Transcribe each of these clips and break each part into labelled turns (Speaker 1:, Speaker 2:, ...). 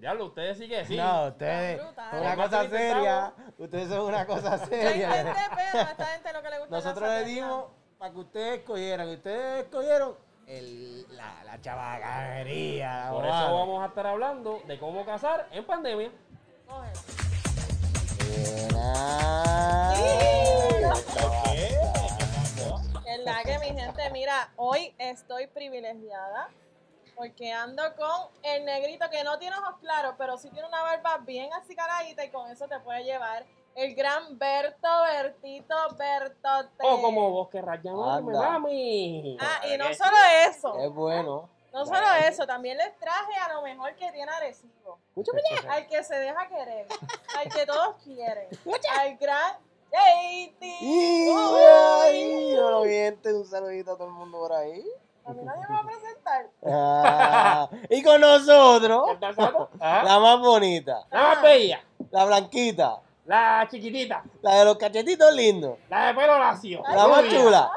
Speaker 1: Diablo, ustedes sí que sí.
Speaker 2: No, ustedes.
Speaker 3: Brutal.
Speaker 2: Una
Speaker 1: Nosotros
Speaker 2: cosa
Speaker 1: intentamos-
Speaker 2: seria. Ustedes son una cosa
Speaker 3: Yo intenté,
Speaker 2: seria.
Speaker 3: pero este, a esta gente lo que le gusta es la
Speaker 2: Nosotros le
Speaker 3: sangre,
Speaker 2: dimos para que ustedes escogieran. Y ustedes escogieron el- la, la chabacanería. la
Speaker 1: Por
Speaker 2: bobada.
Speaker 1: eso vamos a estar hablando de cómo cazar en pandemia.
Speaker 3: ¿no? Cógelo.
Speaker 2: Era-
Speaker 3: verdad que mi gente, mira, hoy estoy privilegiada porque ando con el negrito que no tiene ojos claros, pero sí tiene una barba bien así caradita y con eso te puede llevar el gran Berto, Bertito, Bertote.
Speaker 1: O Oh, como vos querrás llamarme,
Speaker 2: Anda.
Speaker 1: mami.
Speaker 3: Ah, y no
Speaker 1: Para
Speaker 3: solo eso,
Speaker 2: Es bueno.
Speaker 3: no solo eso, también les traje a lo mejor que tiene Arecibo. Al que se deja querer, al que todos quieren, al gran
Speaker 2: Y,
Speaker 3: J.T.
Speaker 2: ay, yo lo miente, un saludito a todo el mundo por ahí.
Speaker 3: A mí nadie me va a presentar.
Speaker 2: Eh, Ah, y con nosotros,
Speaker 1: que- Ajá.
Speaker 2: la más bonita,
Speaker 1: ¿Ah? La más bella,
Speaker 2: la blanquita,
Speaker 1: la chiquitita,
Speaker 2: la de los cachetitos lindos,
Speaker 1: la de pelo lacio.
Speaker 2: la más
Speaker 1: rubia.
Speaker 2: chula,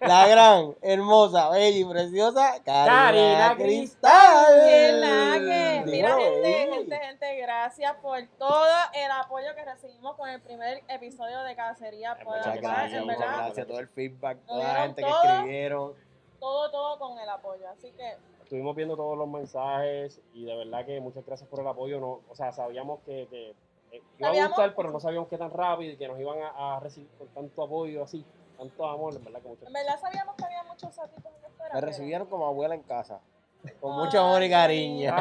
Speaker 2: la gran, hermosa, bella y preciosa, Karina
Speaker 1: Karina
Speaker 2: Cristal.
Speaker 3: ¡Qué lague! Mira,
Speaker 2: Dímelo, eh.
Speaker 3: gente,
Speaker 2: ey.
Speaker 3: gente, gente, gracias por todo el apoyo que recibimos con el primer episodio de Cacería
Speaker 1: Ay,
Speaker 3: por
Speaker 1: muchas
Speaker 3: la
Speaker 2: Muchas
Speaker 3: Paz,
Speaker 2: gracias,
Speaker 3: en
Speaker 2: muchas
Speaker 3: verdad,
Speaker 2: gracias. Todo el feedback,
Speaker 3: Nos
Speaker 2: toda la
Speaker 3: dieron
Speaker 2: gente que
Speaker 3: todo.
Speaker 2: escribieron.
Speaker 3: Todo, todo con el apoyo. Así que,
Speaker 1: Estuvimos viendo todos los mensajes y de verdad que muchas gracias por el apoyo. No, o sea, sabíamos que, que, eh, iba a
Speaker 3: Sabíamos-
Speaker 1: gustar, pero no sabíamos qué tan rápido y que nos iban a, a recibir con tanto apoyo así, tanto amor, en verdad que muchas
Speaker 3: en verdad sabíamos que había muchos satitos en espera.
Speaker 2: Me
Speaker 3: pero-
Speaker 2: recibieron como abuela en casa. Con
Speaker 3: Ay,
Speaker 2: mucho amor y
Speaker 3: sí.
Speaker 2: cariño.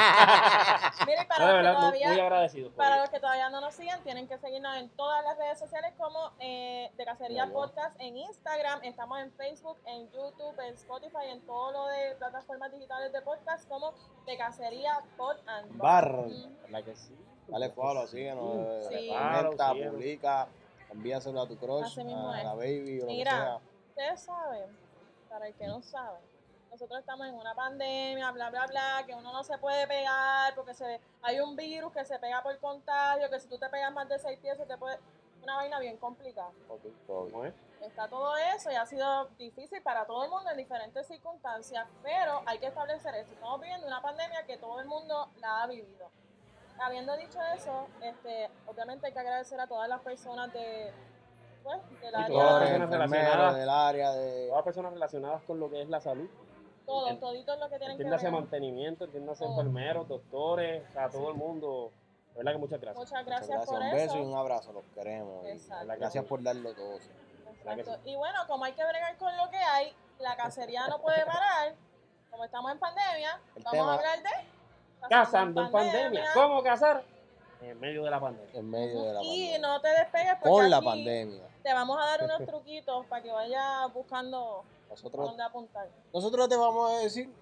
Speaker 1: Ah.
Speaker 3: Mira,
Speaker 1: No, de
Speaker 3: y para los que
Speaker 1: verdad, muy- muy
Speaker 3: todavía...
Speaker 1: agradecidos. por
Speaker 3: Para
Speaker 1: ello.
Speaker 3: los que todavía no nos siguen, tienen que seguirnos en todas las redes sociales como eh, De Cacería
Speaker 1: Adiós.
Speaker 3: Podcast en Instagram, estamos en Facebook, en YouTube, en Spotify, en todo lo de plataformas digitales de podcast como De Cacería Pod and Bar.
Speaker 2: Bar.
Speaker 3: Ujú.
Speaker 1: ¿Verdad que sí?
Speaker 2: Dale follow, síguenos.
Speaker 3: Sí.
Speaker 2: eh,
Speaker 1: Claro,
Speaker 2: Comenta,
Speaker 1: síguenos.
Speaker 2: publica, envíaselo a tu crush,
Speaker 3: Así mismo
Speaker 2: a
Speaker 3: es.
Speaker 2: la baby o lo que
Speaker 3: Mira.
Speaker 2: sea.
Speaker 3: Ustedes saben, para el que no sabe, nosotros estamos en una pandemia, bla, bla, bla, que uno no se puede pegar porque se, hay un virus que se pega por contagio, que si tú te pegas más de seis pies, se te puede... Una vaina bien complicada.
Speaker 2: Ok, todo bien.
Speaker 1: ¿Cómo es?
Speaker 3: Está todo eso y ha sido difícil para todo el mundo en diferentes circunstancias, pero hay que establecer esto. Estamos viviendo una pandemia que todo el mundo la ha vivido. Habiendo dicho eso, este, obviamente hay que agradecer a todas las personas de, pues, del
Speaker 1: Y
Speaker 3: área,
Speaker 1: todas las
Speaker 2: Doctores,
Speaker 1: personas
Speaker 2: enfermeros
Speaker 1: relacionadas.
Speaker 2: del área de...
Speaker 1: Todas las personas relacionadas con lo que es la salud.
Speaker 3: todos, toditos los que tienen que ver.
Speaker 1: Entiéndase mantenimiento, entiéndase
Speaker 3: Todo.
Speaker 1: enfermeros, doctores, o sea, todo el mundo. De verdad que muchas gracias.
Speaker 3: Muchas
Speaker 2: Muchas
Speaker 3: gracias, por
Speaker 2: Un beso y
Speaker 3: eso.
Speaker 2: un abrazo, los queremos. y
Speaker 3: Exacto.
Speaker 2: de verdad, Gracias por darlo todo.
Speaker 1: ¿Verdad que
Speaker 3: Exacto. Y bueno, como hay que bregar con lo que hay, la cacería no puede parar. Como estamos en pandemia,
Speaker 2: El
Speaker 3: vamos
Speaker 2: tema.
Speaker 3: a hablar de
Speaker 1: Cazando en pandemia. ¿Cómo cazar? En medio de la pandemia.
Speaker 2: En medio de la
Speaker 3: Y
Speaker 2: pandemia.
Speaker 3: no te despegues porque
Speaker 2: Con la
Speaker 3: aquí
Speaker 2: pandemia.
Speaker 3: te vamos a dar unos truquitos para que vayas buscando
Speaker 2: Nosotros,
Speaker 3: dónde apuntar.
Speaker 2: Ah. nosotros te vamos a decir...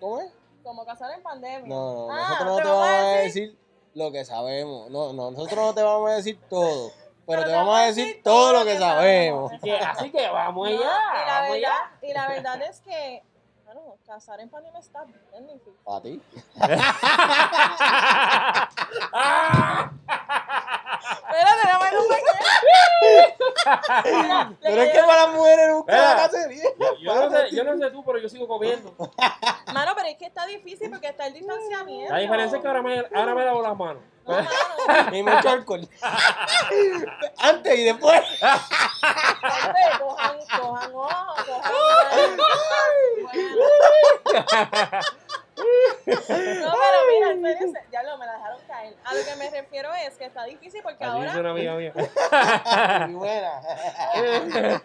Speaker 2: ¿Cómo es?
Speaker 3: Como cazar en pandemia.
Speaker 2: No, no,
Speaker 3: Ah,
Speaker 2: nosotros no te vamos a decir lo que sabemos. No, no, nosotros no te vamos a decir todo. Pero te vamos a decir todo lo que sabemos.
Speaker 1: Así que, así que vamos allá.
Speaker 3: No, y, la
Speaker 1: vamos allá.
Speaker 3: verdad, y la verdad es que, bueno, cazar en pandemia está bien difícil.
Speaker 2: ¿Para ti?
Speaker 1: ¡Ah!
Speaker 3: Espérate, no me Mira, le
Speaker 2: Pero es que
Speaker 3: cayó-
Speaker 2: para las mujeres nunca
Speaker 1: Mira.
Speaker 2: la cacería.
Speaker 1: Yo, yo no sé, yo no sé tú, pero yo sigo comiendo.
Speaker 3: Mano, pero es que está difícil porque está el distanciamiento.
Speaker 1: La diferencia es que ahora me, ahora me lavo las manos.
Speaker 3: No, mano,
Speaker 2: Y mucho alcohol. Antes y después.
Speaker 3: gente, cojan, cojan ojo, cojan mano. Bueno. No, pero mira, en serio, se- ya lo me la dejaron caer. A lo que me refiero es que está difícil porque
Speaker 1: Así dice
Speaker 3: ahora
Speaker 1: una amiga mía.
Speaker 2: Y buena.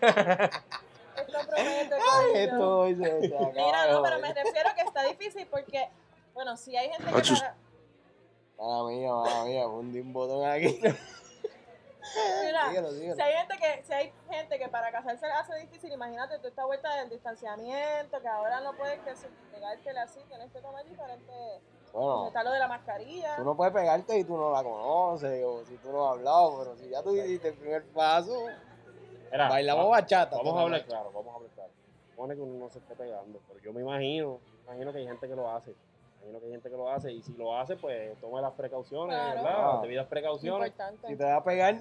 Speaker 3: esto promete. coño.
Speaker 2: Esto hoy se, se acaba.
Speaker 3: Mira, no,
Speaker 2: de
Speaker 3: pero me
Speaker 2: joder.
Speaker 3: refiero que está difícil porque, bueno, si hay gente que para,
Speaker 2: Mala mía, mala mía. Fundí un botón aquí.
Speaker 3: mira,
Speaker 2: Síguelo, síguelo.
Speaker 3: Si hay gente que, si hay gente que para casarse la hace difícil, imagínate tú esta vuelta del distanciamiento, que ahora no puedes que se- pegártela así, tienes que tomar diferentes,
Speaker 2: Bueno,
Speaker 3: está lo de la mascarilla.
Speaker 2: tú no puedes pegarte y tú no la conoces. O si tú no has hablado. Pero si ya tú hiciste el primer paso.
Speaker 1: Era,
Speaker 2: Bailamos
Speaker 1: vamos-
Speaker 2: bachata.
Speaker 1: Vamos a
Speaker 2: toda la
Speaker 1: hablar
Speaker 2: noche.
Speaker 1: claro, vamos a hablar claro. Supone que uno no se esté pegando, pero yo me imagino, me imagino que hay gente que lo hace. me Imagino que hay gente que lo hace y si lo hace, pues toma las precauciones,
Speaker 3: Claro.
Speaker 1: ¿verdad?
Speaker 2: Ah.
Speaker 1: Las debidas precauciones.
Speaker 3: Importante.
Speaker 2: Si te va a pegar,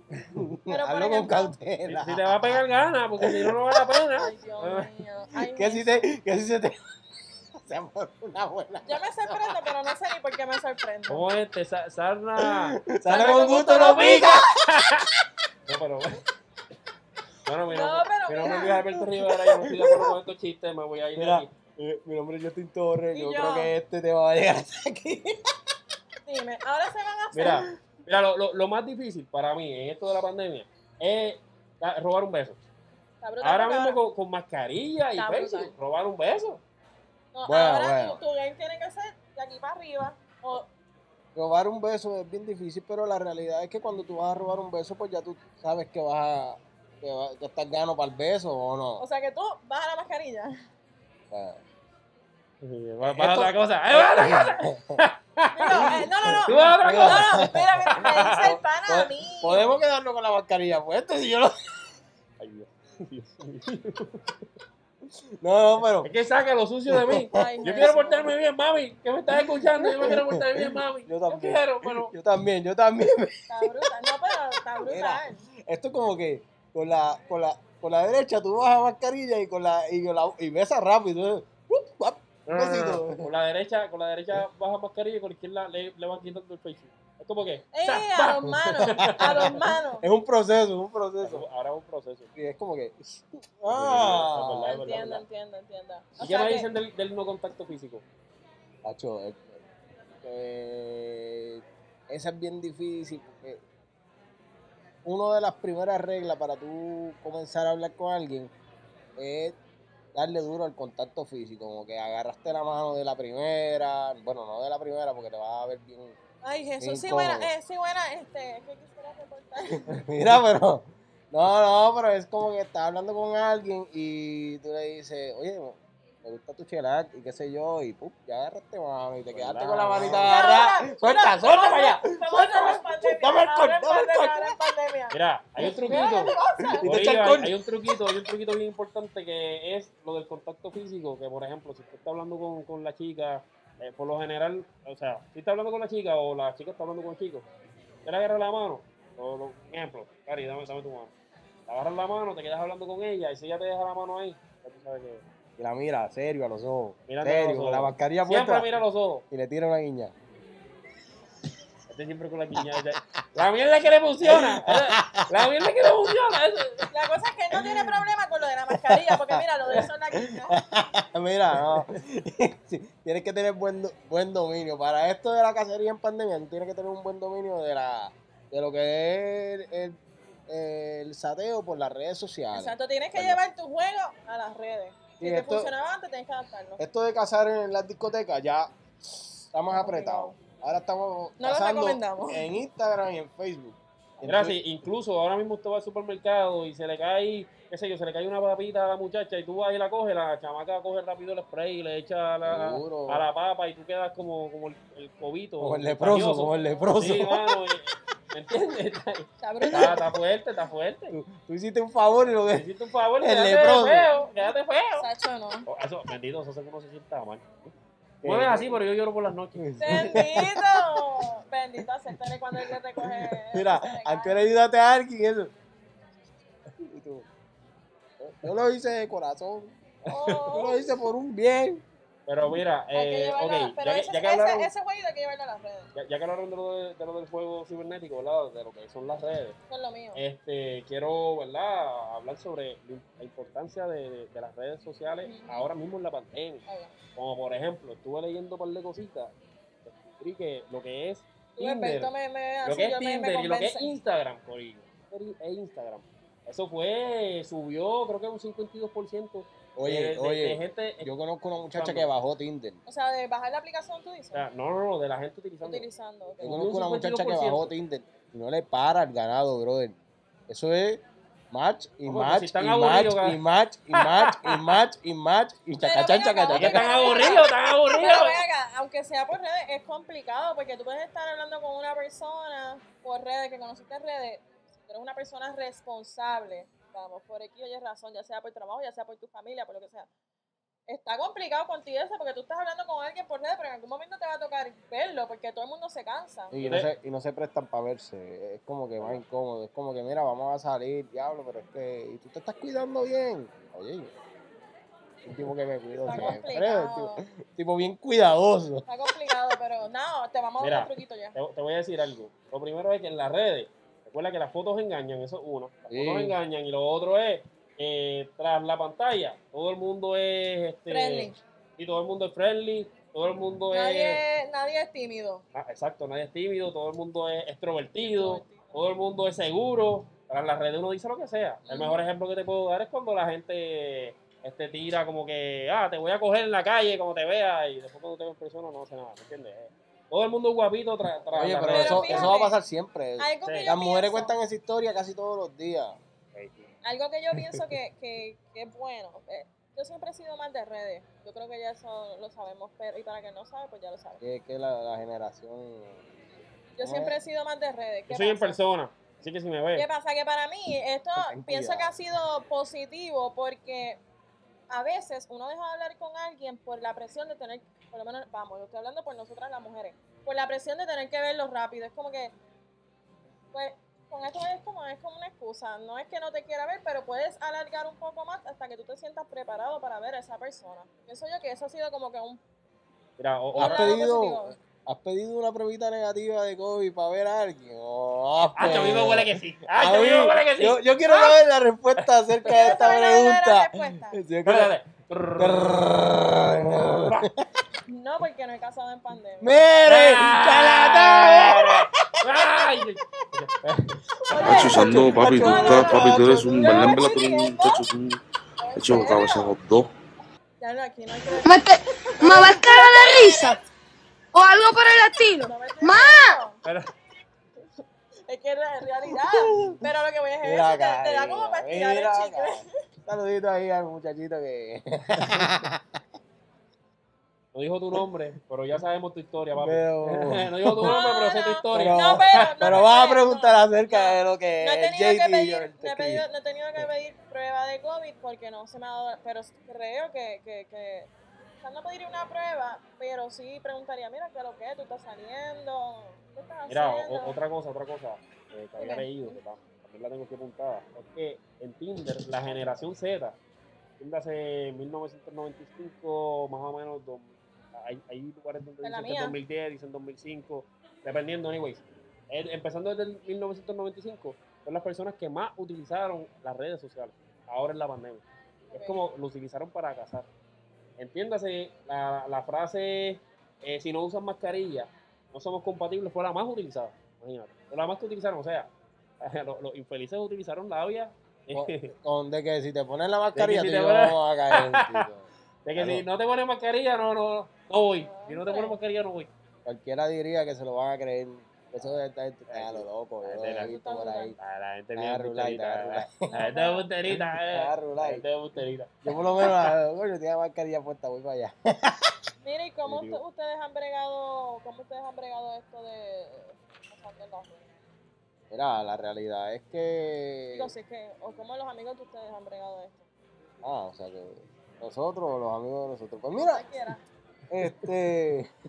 Speaker 3: por
Speaker 2: hazlo con
Speaker 3: ejemplo,
Speaker 1: Si,
Speaker 2: cautela.
Speaker 1: si te va a pegar ganas, porque si no, no vale la pena.
Speaker 3: Ay, Dios mío. Ay,
Speaker 2: Que
Speaker 3: mi-
Speaker 2: si, te, que si se te sea por una buena.
Speaker 3: Yo me sorprendo, pero no sé ni por qué me sorprendo.
Speaker 1: ¿Cómo es este? Sa- Sarna.
Speaker 2: Sale con gusto, no pica.
Speaker 1: No, pero. Bueno, mi
Speaker 3: No,
Speaker 1: nombre,
Speaker 3: pero
Speaker 1: mi nombre es
Speaker 3: mira.
Speaker 1: Luis Alberto Rivera. Yo no estoy de acuerdo con estos chistes. Me voy a ir de
Speaker 2: Mira.
Speaker 1: aquí.
Speaker 2: Eh, Mi nombre es Justin Torres.
Speaker 3: Y
Speaker 2: Yo,
Speaker 3: yo.
Speaker 2: creo que este te va a llegar hasta aquí.
Speaker 3: Dime, ahora se van a hacer.
Speaker 1: Mira, mira lo, lo, lo más difícil para mí en esto de la pandemia es la- robar un beso.
Speaker 3: Está brutal,
Speaker 1: Ahora
Speaker 3: porque
Speaker 1: mismo con, con mascarilla y
Speaker 3: Está
Speaker 1: pecho,
Speaker 3: brutal.
Speaker 1: robar un beso.
Speaker 3: no,
Speaker 2: Bueno,
Speaker 3: ahora
Speaker 2: bueno.
Speaker 3: Tu, tu game tiene que ser de aquí para arriba. O,
Speaker 2: Robar un beso es bien difícil, pero la realidad es que cuando tú vas a robar un beso, pues ya tú sabes que vas a. que, va- que estás gano para el beso o no.
Speaker 3: o sea que tú baja la mascarilla.
Speaker 2: O sea,
Speaker 1: Va,
Speaker 2: va otra
Speaker 1: otra cosa.
Speaker 3: Digo, eh, no, no, no.
Speaker 1: Tú vas a otra
Speaker 3: No, no, mira, mira, me dice el pana a
Speaker 2: po-
Speaker 3: mí.
Speaker 2: Podemos quedarnos con la mascarilla puesta si yo lo.
Speaker 1: Ay, Dios.
Speaker 2: No, no, pero.
Speaker 1: Es que saca lo sucio de mí.
Speaker 3: Ay,
Speaker 1: Yo
Speaker 3: Jesús.
Speaker 1: quiero portarme bien, mami. Que me estás escuchando. Yo me quiero portar bien, mami.
Speaker 2: Yo
Speaker 1: Yo,
Speaker 2: también.
Speaker 1: quiero, pero.
Speaker 2: Yo también, yo también.
Speaker 3: Está brutal. No, pero está brutal.
Speaker 2: Esto es como que con la, con la, con la derecha tú vas a mascarilla y con la y, con la, y besas rápido. Uf, guap.
Speaker 1: No, no, no,
Speaker 2: Besito.
Speaker 1: no. Con la derecha, con la derecha baja mascarilla y con la izquierda le, le van quitando el pecho. Es como que.
Speaker 3: Eh,
Speaker 1: ¡zas!
Speaker 3: a los manos, a los manos.
Speaker 2: Es un proceso, es un proceso.
Speaker 1: Eso, Ahora es un proceso.
Speaker 2: Y es como que.
Speaker 1: verdad,
Speaker 2: Ah,
Speaker 1: es
Speaker 3: Entiendo, entiendo, entiendo. O
Speaker 1: ¿Y qué
Speaker 3: sea
Speaker 1: me
Speaker 3: que-
Speaker 1: dicen del, del no contacto físico?
Speaker 2: Tacho, eh, eh, esa es bien difícil. Porque una de las primeras reglas para tú comenzar a hablar con alguien es darle duro al contacto físico. Como que agarraste la mano de la primera. Bueno, no de la primera porque te vas a ver bien.
Speaker 3: Ay, Jesús, sí,
Speaker 2: Incómodo.
Speaker 3: buena, eh, sí, buena, este, ¿qué quisiera reportar?
Speaker 2: Mira, pero. No, no, pero es como que estás hablando con alguien y tú le dices, oye, me gusta tu chelar y qué sé yo, y pum, ya agarraste mano y te quedaste con la
Speaker 1: ¿Verdad?
Speaker 2: manita
Speaker 1: No,
Speaker 2: agarrada. Suelta, suelta para allá. Dame el
Speaker 3: Ahora
Speaker 2: col, dame el
Speaker 3: en pandemia, ahora en pandemia.
Speaker 1: Mira, hay un
Speaker 3: Mira
Speaker 1: truquito.
Speaker 3: qué cosa.
Speaker 2: Y te
Speaker 1: Corillo,
Speaker 2: echa el
Speaker 1: hay,
Speaker 2: coño.
Speaker 1: hay un truquito, hay un truquito bien importante que es lo del contacto físico, que por ejemplo, si usted está hablando con, con la chica, eh, por lo general, o sea, si está hablando con la chica o la chica está hablando con el chico, usted le agarra la mano, o lo- ejemplo, Cari, dame, dame tu mano, le agarras la mano, te quedas hablando con ella, y si ella te deja la mano ahí, ya tú sabes que...
Speaker 2: Y la mira, serio, a los ojos.
Speaker 1: Mirando a los
Speaker 2: serio,
Speaker 1: ojos.
Speaker 2: con la mascarilla
Speaker 1: Siempre
Speaker 2: puesta.
Speaker 1: mira los ojos,
Speaker 2: Y le tira una guiña.
Speaker 1: este siempre con la guiñada. este- La mierda que le funciona, esa- la mierda que le funciona. esa-
Speaker 3: La cosa es que él no tiene problema con lo de la mascarilla, porque mira, lo de eso es la quinta.
Speaker 2: mira, no. Sí, tienes que tener buen, do- buen dominio. Para esto de la cacería en pandemia, tú tienes que tener un buen dominio de la de lo que es el, el sateo por las redes sociales.
Speaker 3: Exacto, tienes que
Speaker 2: Vale.
Speaker 3: llevar tu juego a las redes. Si
Speaker 2: Y
Speaker 3: te
Speaker 2: esto- Eh,
Speaker 3: funcionaba antes, tienes que adaptarlo.
Speaker 2: Esto de cazar en las discotecas ya está más apretado. Ahora estamos
Speaker 3: No lo
Speaker 2: cazando
Speaker 3: recomendamos.
Speaker 2: en Instagram y en Facebook.
Speaker 1: Gracias, incluso ahora mismo usted va al supermercado y se le cae, qué sé yo, se le cae una papita a la muchacha y tú vas y la coges, la chamaca coge rápido el spray y le echa a la,
Speaker 2: Seguro.
Speaker 1: a la papa y tú quedas como, como el, el cobito.
Speaker 2: Como el leproso,
Speaker 1: rabioso.
Speaker 2: como el leproso.
Speaker 1: oh, Sí, mano, y- ¿me entiendes? Está,
Speaker 3: Está brutal.
Speaker 1: está- está fuerte, está fuerte.
Speaker 2: Tú, tú hiciste un favor y lo
Speaker 1: Te
Speaker 2: que.
Speaker 1: hiciste un favor,
Speaker 2: El
Speaker 1: quédate
Speaker 2: leproso.
Speaker 1: feo, quédate feo.
Speaker 3: Sacho, no.
Speaker 1: Oh, Eso, bendito, eso hace que uno se sienta mal. No es así, pero yo lloro por las noches.
Speaker 3: Bendito. Bendito, aceptaré cuando el día te coge.
Speaker 2: Mira,
Speaker 3: se le cae.
Speaker 2: antes le ayudaste a alguien eso. Y tú, Yo lo hice de corazón. Yo
Speaker 3: Oh,
Speaker 2: lo hice por un bien.
Speaker 1: Pero mira,
Speaker 3: hay que
Speaker 1: eh,
Speaker 3: llevarlo a-
Speaker 1: ok,
Speaker 3: Pero
Speaker 1: ya, que-
Speaker 3: ese,
Speaker 1: ya que
Speaker 3: ese-
Speaker 1: hablaron...
Speaker 3: ese jueguito hay que llevarlo a las redes.
Speaker 1: Ya, ya que hablaron de lo, de- de lo del juego cibernético, ¿verdad? De lo que son las redes.
Speaker 3: Eso es lo mío.
Speaker 1: Este, quiero, ¿verdad? Hablar sobre lo im- la importancia de, de- de las redes sociales
Speaker 3: Ujú.
Speaker 1: ahora mismo en la pandemia.
Speaker 3: Ahí va.
Speaker 1: Como por ejemplo, estuve leyendo un par de cositas, descubrí que lo que es
Speaker 3: Tú,
Speaker 1: Tinder,
Speaker 3: Alberto, me, me,
Speaker 1: lo
Speaker 3: así
Speaker 1: que es
Speaker 3: Ah, yo me- me
Speaker 1: Tinder y lo que es
Speaker 3: convence.
Speaker 1: Instagram, Corillo. Tinder e Instagram. Eso fue, subió creo que un 52% de,
Speaker 2: Oye,
Speaker 1: de-
Speaker 2: oye,
Speaker 1: de gente.
Speaker 2: yo conozco una muchacha que bajó Tinder.
Speaker 3: O sea, de bajar la aplicación, tú dices.
Speaker 1: o sea, no, no, no, de la gente utilizando.
Speaker 3: Utilizando. ok.
Speaker 2: Yo
Speaker 1: Un
Speaker 2: conozco una muchacha que bajó
Speaker 1: 52%.
Speaker 2: Tinder. Y no le para al ganado, brother. Eso es match y
Speaker 1: Vamos, pues, si
Speaker 2: match y
Speaker 1: están
Speaker 2: match
Speaker 1: aburridos,
Speaker 2: y match y match y match y match y
Speaker 3: Pero
Speaker 2: chaca, chaca,
Speaker 3: ven acá,
Speaker 2: chaca,
Speaker 1: Es que
Speaker 2: chaca.
Speaker 1: están aburridos, están
Speaker 3: Pero
Speaker 1: aburridos.
Speaker 3: ven acá, aunque sea por redes, es complicado porque tú puedes estar hablando con una persona por redes, que conociste en redes, si tú eres una persona responsable, vamos, por X o Y razón, ya sea por trabajo, ya sea por tu familia, por lo que sea. Está complicado contigo eso porque tú estás hablando con alguien por redes, pero en algún momento te va a tocar verlo porque todo el mundo se cansa.
Speaker 2: Y no, se, y no se prestan para verse. Es como que más incómodo. Es como que, mira, vamos a salir, diablo, pero es que. Y tú te estás cuidando bien. Oye, Un tipo que me cuido
Speaker 3: Está
Speaker 2: siempre. Un
Speaker 3: complicado.
Speaker 2: tipo, tipo bien cuidadoso.
Speaker 3: Está complicado, pero no, te vamos a
Speaker 1: Mira. este,
Speaker 3: dar un truquito ya.
Speaker 1: Te, te voy a decir algo. Lo primero es que en las redes, recuerda que las fotos engañan, eso es uno. Las
Speaker 2: Sí.
Speaker 1: fotos engañan y lo otro es, eh, tras la pantalla, todo el mundo es... Este,
Speaker 3: Friendly.
Speaker 1: Y todo el mundo es friendly, todo el mundo es...
Speaker 3: Nadie, nadie es tímido.
Speaker 1: Ah, exacto, nadie es tímido, todo el mundo es extrovertido, todo el mundo es seguro. Tras las redes uno dice lo que sea. El
Speaker 3: Ujú.
Speaker 1: mejor ejemplo que te puedo dar es cuando la gente este, tira como que, ah, te voy a coger en la calle como te vea y después cuando te ve en persona no hace nada, ¿me entiendes? Eh, Todo el mundo es guapito tras tras
Speaker 2: Oye,
Speaker 1: las
Speaker 2: pero
Speaker 1: redes.
Speaker 2: eso,
Speaker 3: fíjate,
Speaker 2: eso va a pasar siempre.
Speaker 3: Algo
Speaker 1: Sí.
Speaker 3: que yo
Speaker 2: Las mujeres
Speaker 3: pienso-
Speaker 2: cuentan esa historia casi todos los días.
Speaker 3: Algo que yo pienso que, que, que es bueno. eh, yo siempre he sido más de redes. Yo creo que ya eso lo sabemos, pero y para que no sabe, pues ya lo sabe.
Speaker 2: Que, que la, la generación.
Speaker 3: Yo
Speaker 2: Ah.
Speaker 3: siempre he sido más de redes. ¿Qué
Speaker 1: Yo soy en
Speaker 3: pasa?
Speaker 1: persona, así que si me
Speaker 3: ¿Qué
Speaker 1: ves,
Speaker 3: pasa? Que para mí esto
Speaker 2: Ten
Speaker 3: pienso que
Speaker 2: cuidado.
Speaker 3: ha sido positivo porque a veces uno deja de hablar con alguien por la presión de tener, por lo menos, vamos, yo estoy hablando por nosotras las mujeres, por la presión de tener que verlo rápido. Es como que, pues, con esto es como, es como una excusa. No es que no te quiera ver, pero puedes alargar un poco más hasta que tú te sientas preparado para ver a esa persona. Pienso yo que eso ha sido como que un...
Speaker 1: mira, o-
Speaker 2: ¿O has
Speaker 3: Ahora
Speaker 1: ahora-
Speaker 3: algo
Speaker 2: pedido,
Speaker 3: positivo.
Speaker 2: ¿Has pedido una pruebita negativa de COVID para ver a alguien? ¿O has
Speaker 1: Ah, que a mí me
Speaker 2: pedido?
Speaker 1: huele que sí.
Speaker 2: A
Speaker 1: Ah, que a mí me
Speaker 2: mí-
Speaker 1: huele que sí.
Speaker 2: yo, yo quiero saber la respuesta acerca de esta
Speaker 3: Esa era la
Speaker 2: pregunta.
Speaker 3: respuesta.
Speaker 2: Yo
Speaker 1: Dale,
Speaker 2: creo-
Speaker 1: dale.
Speaker 3: No, porque no he casado en pandemia.
Speaker 2: ¡Mere! ¡Charlatán!
Speaker 1: Ay,
Speaker 4: Hacho, Sando, papi, tú
Speaker 2: Hacho,
Speaker 4: estás,
Speaker 2: no,
Speaker 4: papi, tú eres
Speaker 2: Hacho,
Speaker 4: un
Speaker 3: no,
Speaker 4: verdad, en
Speaker 3: no,
Speaker 4: verdad, tú eres
Speaker 3: no,
Speaker 4: un
Speaker 3: no.
Speaker 4: muchacho, un
Speaker 3: ¿En
Speaker 4: hecho
Speaker 3: serio?
Speaker 4: cabeza hot dog.
Speaker 3: Ya no, aquí no hay que-
Speaker 5: ¿Me, te- me vas a cagar de risa? ¿O algo por el estilo?
Speaker 3: No me estoy
Speaker 5: ¡Ma!
Speaker 3: riendo.
Speaker 1: Pero-
Speaker 3: Es que en realidad. Pero lo que voy a hacer
Speaker 2: Mira
Speaker 3: es
Speaker 2: acá,
Speaker 3: que te da como para estirar
Speaker 2: mira
Speaker 3: el
Speaker 2: acá.
Speaker 3: chicle.
Speaker 2: Saludito ahí al muchachito que.
Speaker 1: No dijo tu nombre, pero ya sabemos tu historia, papi.
Speaker 2: Pero-
Speaker 1: No dijo tu
Speaker 3: No,
Speaker 1: nombre, pero sé tu
Speaker 3: no.
Speaker 1: historia.
Speaker 2: Pero,
Speaker 3: No, pero- no,
Speaker 2: pero
Speaker 3: no,
Speaker 2: vas a eh,
Speaker 3: no,
Speaker 2: preguntar acerca
Speaker 3: no.
Speaker 2: de lo que
Speaker 3: No he
Speaker 2: es
Speaker 3: tenido que
Speaker 2: JT y yo te
Speaker 3: pedir, no he,
Speaker 2: escribí.
Speaker 3: pedido- no he tenido que pedir prueba de COVID porque no se me ha dado. Pero creo que. que, que o sea, no pediría una prueba, pero sí preguntaría: mira, ¿qué es lo que es? ¿Tú estás saliendo? ¿Qué estás
Speaker 1: Mira, o-
Speaker 3: haciendo?
Speaker 1: o- otra cosa, otra cosa eh, que había
Speaker 3: Dime.
Speaker 1: leído, que tam- también la tengo aquí apuntada, es que en Tinder, la generación Z, Tinder hace 1995, más o menos, dos- hay, hay lugares donde
Speaker 3: En la
Speaker 1: dicen que es
Speaker 3: mía.
Speaker 1: 2010, dicen 2005, dependiendo, anyways. Eh, Empezando desde el 1995, son las personas que más utilizaron las redes sociales, ahora en la pandemia. Es
Speaker 3: Ok.
Speaker 1: como lo utilizaron para cazar. Entiéndase, la, la frase, eh, si no usan mascarilla, no somos compatibles, fue la más utilizada. Imagínate. Fue la más que utilizaron, o sea, los, los infelices utilizaron la vía. de
Speaker 2: Con de que si te pones la mascarilla,
Speaker 1: si
Speaker 2: tú
Speaker 1: te
Speaker 2: y yo
Speaker 1: pones-
Speaker 2: vamos a caer. tío.
Speaker 1: que
Speaker 2: Claro.
Speaker 1: si no te pones mascarilla, no, no, no voy. Si no te pones mascarilla, no voy.
Speaker 2: Cualquiera diría que se lo van a creer. Eso de estar a lo loco.
Speaker 1: Ay,
Speaker 2: Yo lo
Speaker 1: te la-
Speaker 2: he visto por ahí.
Speaker 1: Ah, la gente
Speaker 2: Te
Speaker 1: bien
Speaker 2: agarro like, te
Speaker 1: busterita,
Speaker 2: agarro
Speaker 1: la- La gente es busterita, eh. La
Speaker 2: agarro like.
Speaker 1: gente es busterita.
Speaker 2: Ah, Yo por lo menos, ah, coño, tiene la mascarilla puesta, voy para allá.
Speaker 3: Mira, ¿y cómo
Speaker 1: Digo-
Speaker 3: usted- ustedes han bregado, cómo ustedes han bregado esto de pasando el bajo?
Speaker 2: Mira, la realidad es que...
Speaker 3: Digo, si es que, o cómo los amigos de ustedes han bregado esto.
Speaker 2: Ah, o sea que nosotros, los amigos de nosotros. Pues
Speaker 3: Como
Speaker 2: mira,
Speaker 3: usted quiera,
Speaker 2: este...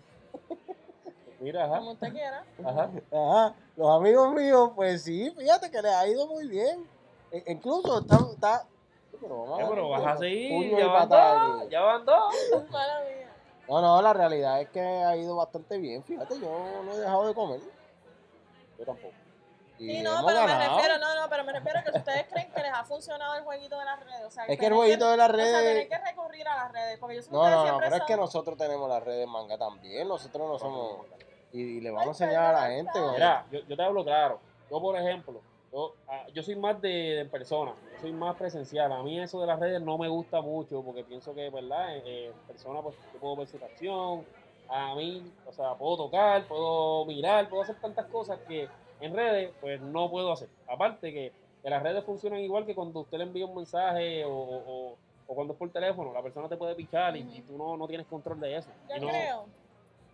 Speaker 1: Mira,
Speaker 3: como
Speaker 1: ajá.
Speaker 3: usted quiera.
Speaker 1: ajá.
Speaker 2: Ajá, los amigos míos, pues sí, fíjate que les ha ido muy bien. E- incluso está... está- pero, vamos
Speaker 1: Eh,
Speaker 2: a-
Speaker 1: pero vas a seguir.
Speaker 2: puño y
Speaker 1: Ya van
Speaker 2: patada
Speaker 1: dos,
Speaker 2: aquí.
Speaker 1: ya van dos.
Speaker 3: Mala mía.
Speaker 2: No, no, la realidad es que ha ido bastante bien. Fíjate, yo no he dejado de comer. Yo tampoco. Y
Speaker 3: Sí, no,
Speaker 2: hemos
Speaker 3: pero me
Speaker 2: ganado.
Speaker 3: refiero, no, no, pero me refiero que si ustedes creen que les ha funcionado el jueguito de las redes. O sea,
Speaker 2: Es que el
Speaker 3: tener
Speaker 2: jueguito de las
Speaker 3: O sea,
Speaker 2: redes...
Speaker 3: tener que recurrir a las redes, porque yo sé que
Speaker 2: No,
Speaker 3: ustedes
Speaker 2: no, no,
Speaker 3: siempre
Speaker 2: pero es que
Speaker 3: son-
Speaker 2: nosotros tenemos las redes manga también. Nosotros no somos. Y, y le vamos a
Speaker 3: Ay,
Speaker 2: enseñar a la
Speaker 3: perdón,
Speaker 2: gente.
Speaker 3: perdón.
Speaker 2: güey.
Speaker 1: Mira, yo, yo te hablo claro. Yo, por ejemplo, yo, ah, yo soy más de, de persona, yo soy más presencial. A mí eso de las redes no me gusta mucho porque pienso que, ¿verdad? En, en persona, pues yo puedo ver su acción. A mí, o sea, puedo tocar, puedo mirar, puedo hacer tantas cosas que en redes, pues no puedo hacer. Aparte que, que las redes funcionan igual que cuando usted le envía un mensaje o, o- o cuando es por teléfono, la persona te puede pichar y,
Speaker 3: Ujú.
Speaker 1: y tú no, no tienes control de eso.
Speaker 3: Yo
Speaker 1: Y no-
Speaker 3: creo.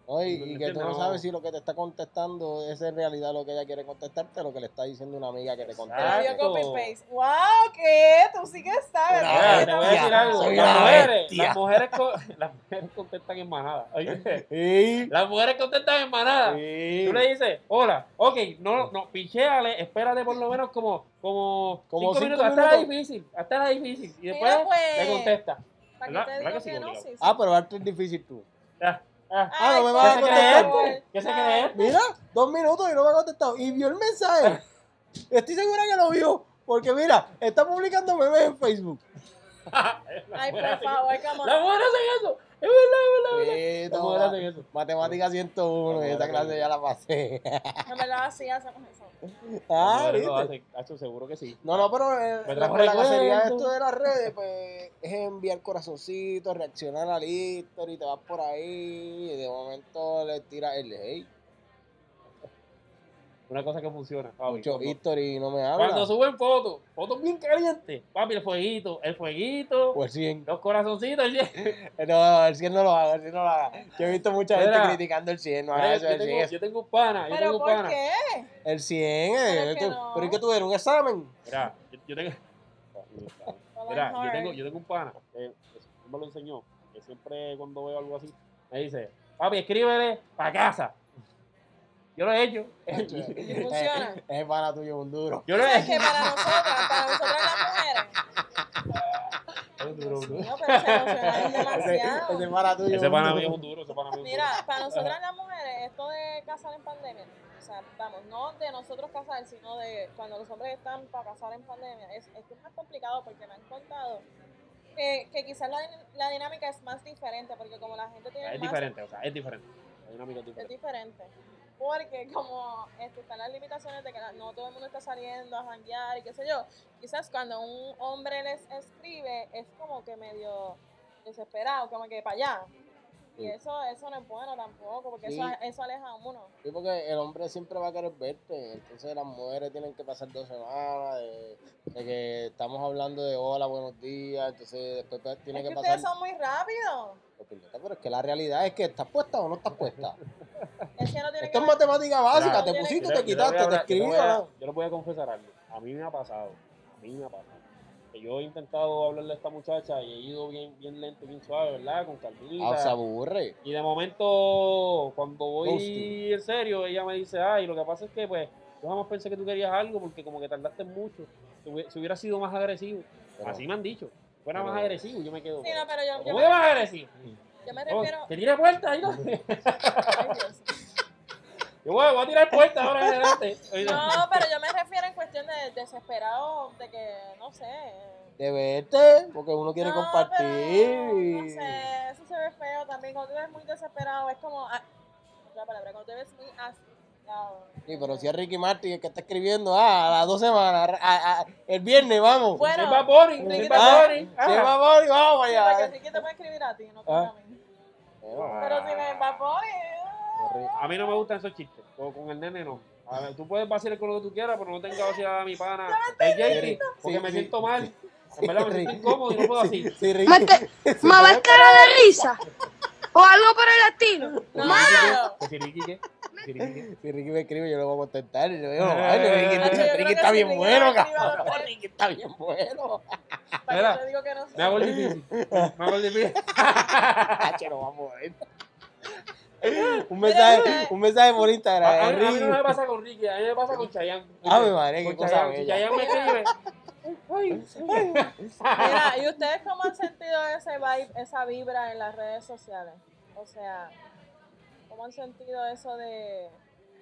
Speaker 2: No, y,
Speaker 1: no
Speaker 2: y que tú
Speaker 1: entiendo,
Speaker 2: no
Speaker 1: no.
Speaker 2: sabes si lo que te está contestando es en realidad lo que ella quiere contestarte o lo que le está diciendo una amiga que te
Speaker 1: Exacto.
Speaker 3: Pero
Speaker 2: conteste.
Speaker 1: Exacto.
Speaker 3: yo copy-paste. ¡Wow! ¿Qué? Tú sí que sabes.
Speaker 2: Una
Speaker 1: Mira, te voy a
Speaker 2: bestia,
Speaker 1: decir algo.
Speaker 2: soy
Speaker 1: Las
Speaker 2: una
Speaker 1: mujeres,
Speaker 2: bestia.
Speaker 1: las mujeres, co- las mujeres contestan en manada. Oye,
Speaker 2: Sí,
Speaker 1: Las mujeres contestan en manada.
Speaker 2: sí.
Speaker 1: Tú le dices, hola, ok, no, no, pichéale, espérate por lo menos como, como,
Speaker 2: Como
Speaker 1: cinco
Speaker 2: cinco
Speaker 1: minutos, hasta la
Speaker 2: minutos.
Speaker 1: difícil, hasta la difícil. Y
Speaker 3: Mira,
Speaker 1: después
Speaker 3: pues.
Speaker 1: le contesta.
Speaker 3: ¿Para
Speaker 1: ¿Verdad?
Speaker 3: qué te
Speaker 1: ¿Verdad
Speaker 3: digo
Speaker 1: que sí,
Speaker 3: que no?
Speaker 1: obligado?
Speaker 3: Sí, sí.
Speaker 2: Ah, pero arte es difícil tú.
Speaker 1: Ah, ah.
Speaker 2: ah, no me
Speaker 3: Ay,
Speaker 2: vas a
Speaker 3: por
Speaker 2: creer.
Speaker 3: favor.
Speaker 1: ¿Qué se
Speaker 3: Ay,
Speaker 1: cree?
Speaker 2: Mira, dos minutos y no me ha contestado. Y vio el mensaje. Estoy segura que lo vio. Porque mira, está publicando memes en Facebook.
Speaker 3: Ay, por favor, como...
Speaker 1: Las mujeres hacen eso. Es verdad, es verdad, es verdad.
Speaker 2: Sí,
Speaker 1: Las mujeres hacen eso.
Speaker 2: Matemática 101,
Speaker 1: Vamos,
Speaker 2: esa
Speaker 1: vamos,
Speaker 2: clase ya la pasé.
Speaker 3: En verdad, sí hacemos eso.
Speaker 1: Las
Speaker 2: Ah,
Speaker 1: mujeres lo
Speaker 2: ¿viste?
Speaker 1: hacen. Hacho, seguro que sí.
Speaker 2: No, no, pero eh,
Speaker 1: Me
Speaker 2: la,
Speaker 1: trajo
Speaker 2: la
Speaker 1: recuerdo.
Speaker 2: cacería de esto de las redes, pues es enviar corazoncitos, reaccionar al history, te vas por ahí y de momento le tiras el hey,
Speaker 1: Una cosa que funciona. papi.
Speaker 2: mucho
Speaker 1: Cuando-
Speaker 2: history y no me
Speaker 1: Cuando
Speaker 2: habla.
Speaker 1: suben fotos, fotos bien calientes. Papi, el fueguito, el fueguito,
Speaker 2: Pues Ah, sí, en-
Speaker 1: los corazoncitos. oye.
Speaker 2: no, el 100 no lo haga, el 100 no lo haga. Yo he visto mucha gente
Speaker 1: Mira.
Speaker 2: criticando el 100, no hagas
Speaker 1: Mira,
Speaker 2: eso,
Speaker 1: Yo
Speaker 2: el 100
Speaker 1: tengo,
Speaker 2: es-
Speaker 1: yo tengo un pana, yo tengo
Speaker 3: ¿Pero
Speaker 1: un
Speaker 3: por
Speaker 1: pana.
Speaker 3: qué?
Speaker 2: El 100,
Speaker 3: Pero
Speaker 2: eh,
Speaker 3: es que
Speaker 2: tú-
Speaker 3: no.
Speaker 2: pero es que tuvieron un examen.
Speaker 1: Mira, yo, yo tengo.
Speaker 3: Hola,
Speaker 1: Mira, yo
Speaker 3: Jorge.
Speaker 1: tengo, yo tengo un pana, eh, él me lo enseñó, que siempre cuando veo algo así, me dice, papi, escríbele para casa. Yo lo he hecho.
Speaker 3: ¿Y funciona?
Speaker 2: Es para tuyo, un duro.
Speaker 1: Yo lo he
Speaker 3: Es
Speaker 1: hecho.
Speaker 3: que para nosotras, para nosotras las
Speaker 1: Es duro,
Speaker 3: mujeres.
Speaker 1: duro.
Speaker 3: Dios mío, pero se emocionaron
Speaker 2: Ese
Speaker 3: demasiado.
Speaker 2: ese es para tuyo.
Speaker 1: Ese
Speaker 2: un
Speaker 1: pana
Speaker 2: duro.
Speaker 1: mío es un duro, ese pana mío es un
Speaker 3: Mira, para nosotras las mujeres, esto de casar en pandemia, o sea, vamos, no de nosotros casar, sino de cuando los hombres están para casar en pandemia, es, es que es más complicado porque me han contado que, que quizás la, din- la dinámica es más diferente, porque como la gente
Speaker 1: duro.
Speaker 3: tiene
Speaker 1: Es
Speaker 3: más,
Speaker 1: diferente, o sea, es diferente. La dinámica es
Speaker 3: es
Speaker 1: diferente.
Speaker 3: diferente. Porque como este, están las limitaciones de que la- no todo el mundo está saliendo a janguear y qué sé yo, quizás cuando un hombre les escribe es como que medio desesperado, como que para allá. Y
Speaker 2: Sí.
Speaker 3: eso, eso no es bueno tampoco, porque eso,
Speaker 2: Sí.
Speaker 3: eso aleja a uno.
Speaker 2: Sí, porque el hombre siempre va a querer verte, entonces las mujeres tienen que pasar dos semanas de, de que estamos hablando de hola, buenos días, entonces después pa- tiene
Speaker 3: Es que
Speaker 2: que
Speaker 3: ustedes
Speaker 2: pasar...
Speaker 3: son muy rápidos.
Speaker 2: Pues, puñeta, Pero es que la realidad es que estás puesta o no estás puesta.
Speaker 3: Es que no tiene
Speaker 2: Esto es
Speaker 3: que
Speaker 2: matemática básica,
Speaker 1: Claro.
Speaker 2: te pusiste,
Speaker 1: Yo
Speaker 2: te
Speaker 1: te- yo te voy a
Speaker 2: quitaste, te
Speaker 1: hablar- yo
Speaker 2: escribí.
Speaker 1: voy a-
Speaker 2: ¿no?
Speaker 1: Yo les voy a confesar algo. A mí me ha pasado. A mí me ha pasado. Que yo he intentado hablarle a esta muchacha y he ido bien, bien lento, bien suave, ¿verdad? Con calmita.
Speaker 2: Ah, o se aburre.
Speaker 1: Y de momento, cuando voy
Speaker 2: Ghosting.
Speaker 1: en serio, ella me dice, ay, lo que pasa es que, pues, yo jamás pensé que tú querías algo porque como que tardaste mucho. Si hubi- Si hubiera sido más agresivo.
Speaker 2: Pero-
Speaker 1: Así me han dicho. Si fuera
Speaker 2: pero-
Speaker 1: más agresivo, yo me quedo.
Speaker 3: Sí, no, pero yo, yo,
Speaker 1: ¿Cómo que
Speaker 3: me,
Speaker 1: más agresivo?
Speaker 3: yo me
Speaker 1: No,
Speaker 3: refiero.
Speaker 1: Que tire puertas, ahí no.
Speaker 3: Ay, Dios.
Speaker 1: Yo voy, voy a tirar puertas ahora en adelante. Oye,
Speaker 3: No, pero yo me refiero en cuestión de desesperado, de que, no sé.
Speaker 2: De verte, porque uno quiere
Speaker 3: No,
Speaker 2: compartir.
Speaker 3: pero, no
Speaker 2: y-
Speaker 3: sé, eso se ve feo también. Cuando te ves muy desesperado, es como. ah, La palabra, cuando te ves muy asustado.
Speaker 2: Sí, pero si es Ricky Martin el que está escribiendo, ah, a las dos semanas, a- a- el viernes, vamos.
Speaker 3: Bueno,
Speaker 1: Soy Bad Bunny, soy
Speaker 3: Ricky
Speaker 1: Bad
Speaker 2: Martin.
Speaker 1: Bunny.
Speaker 2: Sí,
Speaker 1: Ajá.
Speaker 2: vamos, y vamos
Speaker 3: Pues, sí,
Speaker 2: allá.
Speaker 3: porque sí que te puede escribir a ti, no te
Speaker 2: Ah.
Speaker 3: a mí. Pero si me empapó, eh,
Speaker 1: A mí no me gustan esos chistes. Con, con el nene no. A ver, tú puedes vacilar con lo que tú quieras, pero no tengas vacilar a mi pana. El Jackie, porque
Speaker 2: Sí,
Speaker 1: me
Speaker 2: sí.
Speaker 1: siento mal. En verdad me siento
Speaker 2: Sí.
Speaker 1: incómodo y no puedo así.
Speaker 2: Sí, Ricky.
Speaker 5: Me, te- me ves cara de risa. O algo por el estilo.
Speaker 3: no,
Speaker 1: Mano. ¿Que si Ricky qué? ¿Que si Ricky qué?
Speaker 2: Si Ricky me escribe, yo lo voy a contestar. Y yo digo, "Ay, Ricky,
Speaker 1: Nacho,
Speaker 3: yo creo
Speaker 2: Ricky
Speaker 3: que
Speaker 2: está
Speaker 3: si
Speaker 2: bien
Speaker 3: Ricky
Speaker 2: bueno,
Speaker 3: me escribe a los
Speaker 2: cabrón.
Speaker 3: tres.
Speaker 2: Ricky está bien bueno.
Speaker 3: para
Speaker 1: Mira,
Speaker 3: que te digo que no sé.
Speaker 1: Me hago el difícil. Me hago el difícil.
Speaker 2: Nacho, lo vamos a ver. Un mensaje, un mensaje por Instagram.
Speaker 1: A, a- a
Speaker 2: eh,
Speaker 1: mí Ah, no me
Speaker 2: Ricky.
Speaker 1: pasa con Ricky, a mí me pasa con Chayanne.
Speaker 2: Ah, mi madre, qué
Speaker 1: Con
Speaker 2: cosa
Speaker 1: Chayanne. Si
Speaker 2: bella.
Speaker 1: Chayanne me escribe. Ay, ay.
Speaker 3: Mira, ¿y ustedes cómo han sentido ese vibe, esa vibra en las redes sociales? O sea, ¿cómo han sentido eso de,